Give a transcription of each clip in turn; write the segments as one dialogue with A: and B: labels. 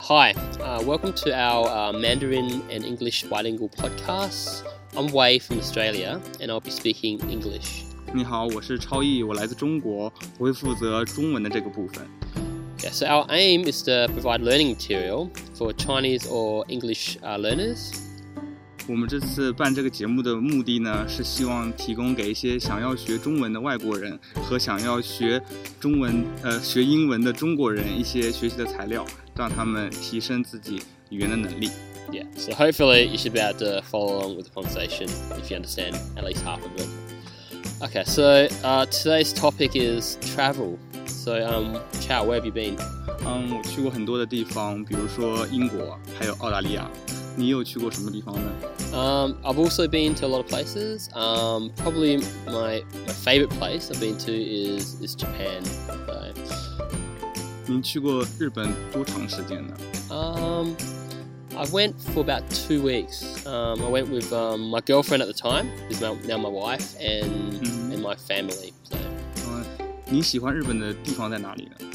A: Hi, uh, welcome to our uh, Mandarin and English bilingual podcast. I'm Wei from Australia, and I'll be speaking English.
B: 你好，我是超毅，我来自中国，我会负责中文的这个部分。
A: Yeah, so our aim is to provide learning material for Chinese or English uh, learners.
B: 我们这次办这个节目的目的呢，是希望提供给一些想要学中文的外国人和想要学中文呃学英文的中国人一些学习的材料，让他们提升自己语言的能力。
A: Yeah, so hopefully you should be able to follow along with the conversation if you understand at least half of it. Okay, so uh, today's topic is travel. So, um, Chao, where have you been?
B: 嗯，我去过很多的地方，比如说英国，还有澳大利亚。你有去过什么地方呢？
A: Um, I've also been to a lot of places. Um, probably my, my favorite place I've been to is, is Japan. So,
B: 您去过日本多长时间呢？
A: um, I went for about two weeks. Um, I went with um, my girlfriend at the time, who's now, now my wife, and,
B: Mhm.
A: and my family. So,
B: 嗯，你喜欢日本的地方在哪里呢？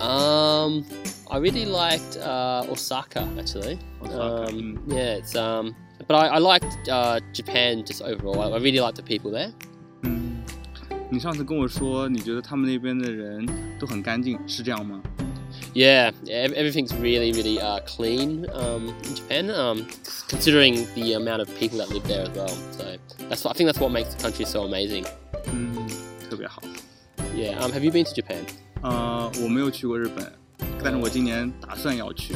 A: um, I really liked uh, Osaka actually.
B: 我看看嗯
A: Um, yeah, it's um, but I, I liked uh, Japan just overall. I, I really liked the people there.
B: 嗯，你上次跟我说，你觉得他们那边的人都很干净，是这样吗？
A: Yeah, ev- everything's really, really uh, clean um, in Japan, um, considering the amount of people that live there as well. So that's what, I think that's what makes the country so amazing.
B: 嗯，特别好。
A: Yeah. Um, have you been to Japan?
B: 呃，我没有去过日本，但是我今年打算要去。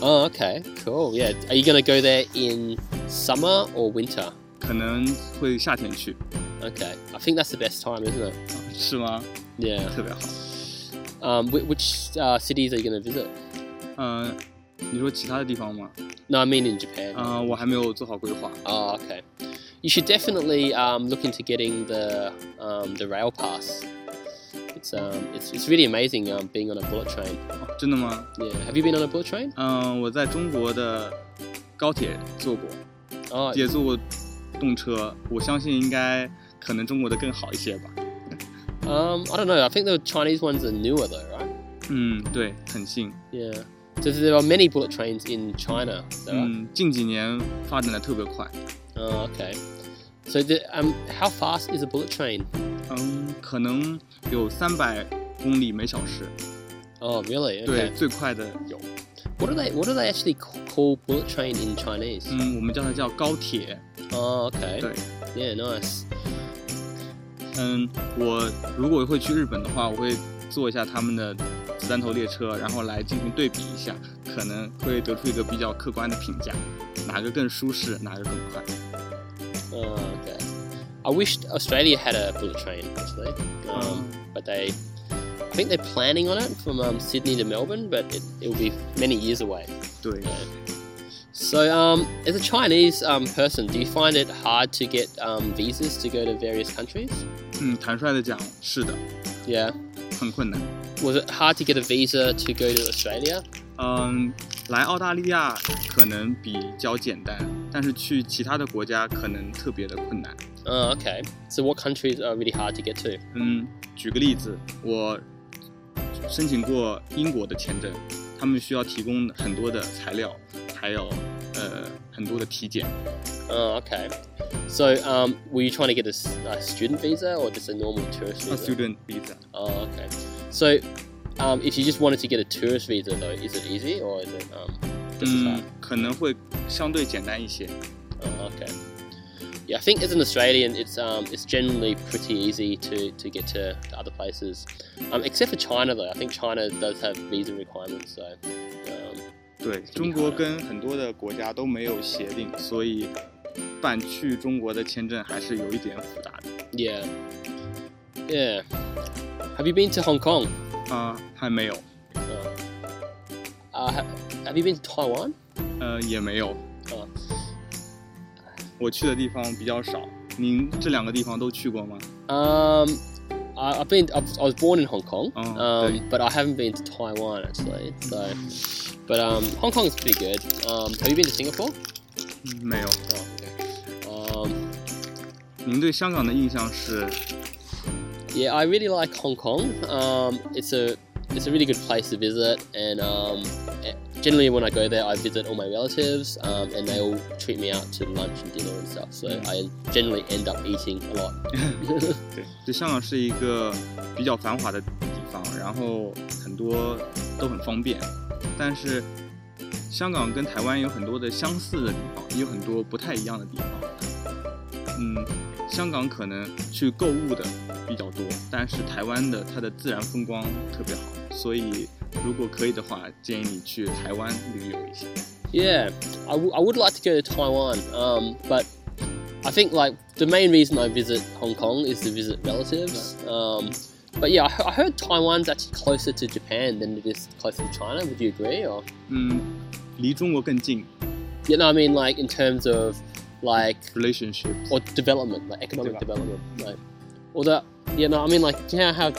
A: Oh, okay, cool. Yeah. Are you gonna go there in summer or winter?
B: 可能会夏天去，
A: Okay. I think that's the best time, isn't it?
B: 啊是吗？
A: Yeah.
B: 特别好。
A: Um, whi- which uh, cities are you gonna visit?
B: 呃，你说其他的地方吗？
A: No, I mean in Japan.
B: 呃，我还没有做好规划。
A: Oh, okay. You should definitely um, look into getting the um, the rail pass. It's um, it's, it's really amazing um, being on a bullet train.
B: 哦真的吗？
A: Yeah. Have you been on a bullet train?
B: 嗯、我在中国的高铁坐过，
A: Oh,
B: 也坐过动车，我相信应该可能中国的更好一些吧。
A: um, I don't know. I think the Chinese ones are newer though, right?
B: 嗯，对，很近。
A: Yeah. So there are many bullet trains in China. Is that right?
B: 嗯，近几年发展的特别快。
A: Oh, okay. So the, um, how fast is a bullet train?
B: 嗯，可能有三百公里每小时，
A: Oh, really?
B: 对，
A: Okay.
B: 最快的有。
A: What do they What do they actually c- call bullet train in Chinese?
B: 嗯，我们叫它叫高铁。
A: Oh, okay.
B: 对，
A: Yeah, nice.
B: 嗯，我如果会去日本的话，我会坐一下他们的子弹头列车，然后来进行对比一下，可能会得出一个比较客观的评价，哪个更舒适，哪个更快。
A: Oh, okay. I wished Australia had a bullet train, actually.
B: Mm.
A: Um,
B: 嗯
A: But they, I think they're planning on it from um, Sydney to Melbourne, but it, it'll be many years away.
B: 对，
A: So, um, as a Chinese um, person, do you find it hard to get um, visas to go to various countries?
B: 嗯，坦率的讲，是的，
A: Yeah.
B: 很困难。
A: Was it hard to get a visa to go to Australia?
B: 嗯，来澳大利亚可能比较简单，但是去其他的国家可能特别的困难。
A: Oh, okay. So, what countries are really hard to get to?
B: 嗯，举个例子，我申请过英国的签证，他们需要提供很多的材料，还有呃很多的体检。
A: Oh, okay. So, um, were you trying to get a, s- a student visa or just a normal tourist
B: A
A: visa?
B: student visa，
A: Oh, okay. So, um, if you just wanted to get a tourist visa, though, is it easy or is it um, just as
B: 嗯
A: hard?，
B: 可能会相对简单一些。
A: Oh, okay. Yeah, I think as an Australian, it's um, it's generally pretty easy to, to get to, to other places, um, except for China though. I think China does have visa requirements, so um,
B: 对
A: 的
B: 中国跟很多的国家都没有协定，所以办去中国的签证还是有一点复杂的。
A: yeah, yeah. Have you been to Hong Kong?
B: 啊、还没有，
A: Oh. Uh, ha- have you been to Taiwan?
B: 呃，也没有。
A: Oh.
B: 我去的地方比较少。您这两个地方都去过吗？
A: Um, I, I've been. I've, I was born in Hong Kong,
B: Oh, okay.
A: um, but I haven't been to Taiwan actually. So, but um, Hong Kong's pretty good. Um, have you been to Singapore?
B: 嗯没有。
A: Oh, okay. Um,
B: 您对香港的印象是？
A: yeah, I really like Hong Kong. Um, it's a it's a really good place to visit, and um, eh, generally when I go there, I visit all my relatives, um, and they all treat me out to lunch and dinner and stuff. So I generally end up eating a lot.
B: 对，就香港是一个比较繁华的地方，然后很多都很方便，但是香港跟台湾有很多的相似的地方，也有很多不太一样的地方。嗯，香港可能去购物的比较多，但是台湾的它的自然风光特别好，所以如果可以的话，建议你去台湾旅游一下。
A: Yeah, I, w- I would like to go to Taiwan, um, but I think like the main reason I visit Hong Kong is to visit relatives. Um, but yeah, I, he- I heard Taiwan's actually closer to Japan than it is closer to China. Would you agree? Or
B: 嗯，离中国更近
A: you know, what I mean, like in terms of like
B: ，relationship。
A: or development, like economic
B: Development.
A: development, like or the you know, I mean, like you know how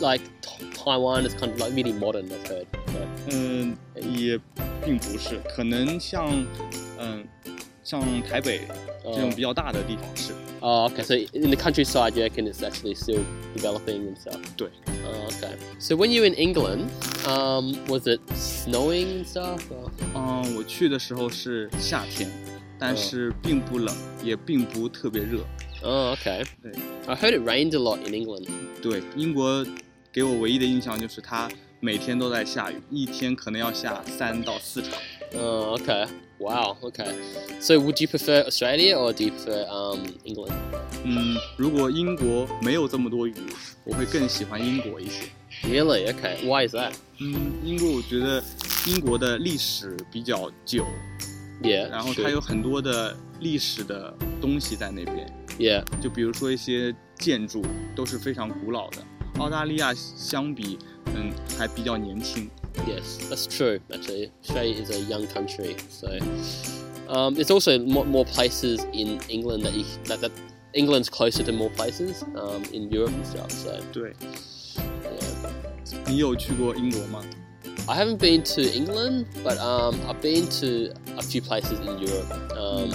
A: like t- Taiwan is kind of like really modern. I've heard. Like,
B: 嗯，也并不是，可能像，嗯，像台北这种
A: um,
B: 比较大的地方是，
A: Oh, okay. So in the countryside, you reckon it's actually still developing and stuff.
B: 对。
A: Oh, okay. So when you were in England, um, was it snowing and stuff? Or?
B: 嗯、我去的时候是夏天，但
A: 嗯
B: 是并不冷，也并不特别热。
A: Oh, okay.
B: Yeah.
A: I heard it rained a lot in England.
B: 对，英国给我唯一的印象就是它每天都在下雨，一天可能要下三到四场。
A: Oh, okay. Wow. Okay. So would you prefer Australia or do you prefer um, England?
B: 嗯，如果英国没有这么多雨，我会更喜欢英国一些。
A: Really? Okay. Why is that?
B: 嗯，因为我觉得英国的历史比较久，
A: Yeah.
B: 然后
A: sure.
B: 它有很多的历史的东西在那边，
A: Yeah.
B: 就比如说一些建筑都是非常古老的。澳大利亚相比，嗯，还比较年轻。
A: Yes, that's true. Actually, Australia is a young country, so um, there's also more, more places in England that you that, that England's closer to more places um, in Europe and stuff. So
B: 对，
A: yeah,
B: 你有去过英国吗？
A: I haven't been to England, but um, I've been to a few places in Europe. Um,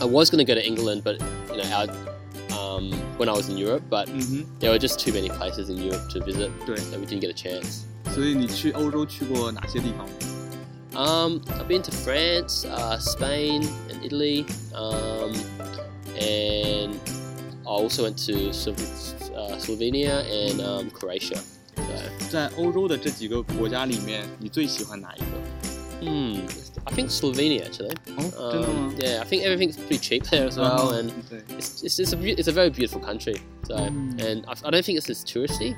A: I was going to go to England, but you know, out, um, when I was in Europe, but
B: 嗯哼，
A: there were just too many places in Europe to visit,
B: 对。
A: so we didn't get a chance.
B: 所以你去欧洲去过哪些地方？
A: Um, I've been to France, uh, Spain, and Italy, um, and I also went to Slo- uh, Slovenia and um, Croatia. So,
B: 在欧洲的这几个国家里面，你最喜欢哪一个？
A: hmm, I think Slovenia actually.
B: 哦，真的
A: Um,
B: 吗？
A: yeah, I think everything's pretty cheap there as 呃 well, and
B: 嗯对，
A: it's, it's, it's, a, beau- it's a very beautiful country. So,
B: Mm.
A: and I, I don't think it's as touristy.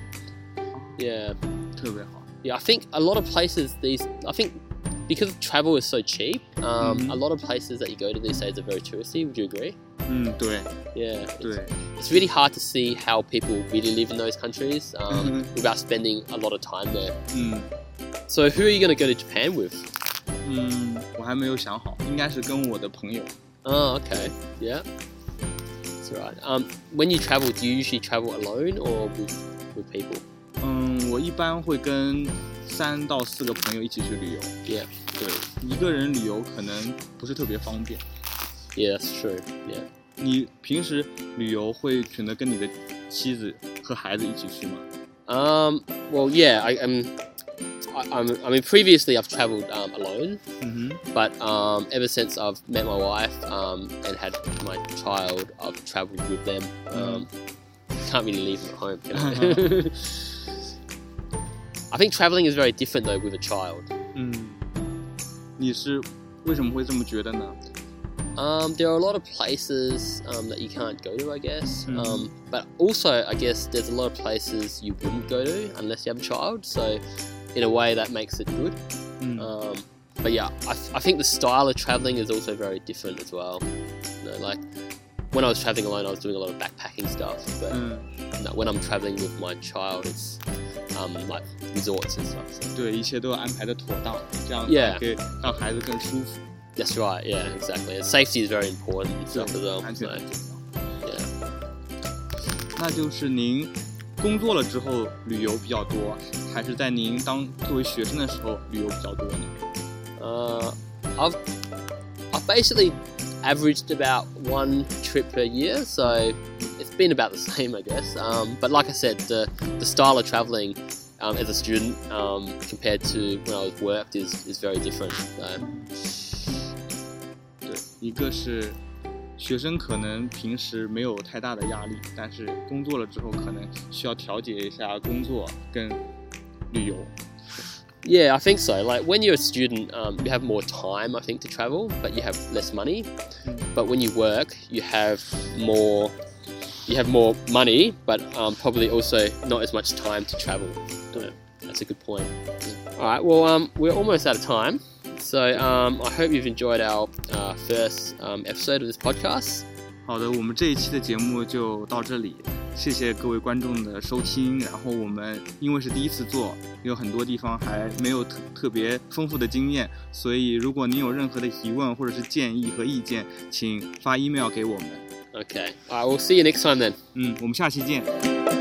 A: Yeah,
B: 特别好。
A: yeah. I think a lot of places these, I think. Because travel is so cheap, um,
B: Mhm.
A: a lot of places that you go to these days are very touristy. Would you agree?
B: 嗯，对
A: Yeah, it's,
B: 对，
A: it's really hard to see how people really live in those countries um,
B: Mhm.
A: without spending a lot of time there.
B: 嗯
A: So, who are you going to go to Japan with?
B: 嗯，我还没有想好，应该是跟我的朋友。
A: Oh, okay, yeah, that's all right. Um, when you travel, do you usually travel alone or with, with people?
B: 嗯，我一般会跟三到四个朋友一起去旅游。
A: Yeah.
B: 对，一个人旅游可能不是特别方便。
A: Yeah, that's true. Yeah,
B: 你平时旅游会选择跟你的妻子和孩子一起去吗？
A: um, well, yeah, I am. I, I'm, I mean, previously I've traveled um, alone,
B: 嗯哼，
A: but um, ever since I've met my wife um, and had my child, I've travelled with them. Um, Can't really leave them at home. Can I? I think travelling is very different though with a child.
B: 嗯，你是为什么会这么觉得呢？
A: Um, there are a lot of places um, that you can't go to, I guess.
B: Mhm.
A: Um, but also, I guess there's a lot of places you wouldn't go to unless you have a child. So, in a way, that makes it good.
B: 嗯
A: Um, but yeah, I, th- I think the style of traveling is also very different as well. You know, like when I was traveling alone, I was doing a lot of backpacking stuff. But
B: 嗯，
A: you know, when I'm traveling with my child, it's um, like resorts and stuff. So.
B: 对，一切都要安排的妥当，这样
A: Yeah
B: 可以让孩子更舒服。
A: That's right. Yeah, exactly. And safety is very important and stuff as
B: 对，
A: well.
B: 安全
A: So,
B: 很重要。
A: yeah.
B: 那就是您工作了之后旅游比较多，还是在您当作为学生的时候旅游比较多呢？
A: Uh, I've I've basically averaged about one trip per year, so it's been about the same, I guess. Um, but like I said, the, the style of traveling um, as a student um, compared to when I was worked is, is very different. So,
B: 对，一个是学生可能平时没有太大的压力，但是工作了之后可能需要调节一下工作跟旅游。
A: yeah, I think so. Like when you're a student, um, you have more time, I think, to travel, but you have less money. But when you work, you have more. You have more money, but um, probably also not as much time to travel. So that's a good point. All right. Well, um, we're almost out of time. So um, I hope you've enjoyed our uh, first um, episode of this podcast.
B: 好的，我们这一期的节目就到这里，谢谢各位观众的收听。然后我们因为是第一次做，有很多地方还没有特特别丰富的经验，所以如果您有任何的疑问或者是建议和意见，请发 email 给我们。
A: Okay. All right. We'll see you next time then.
B: 嗯，我们下期见。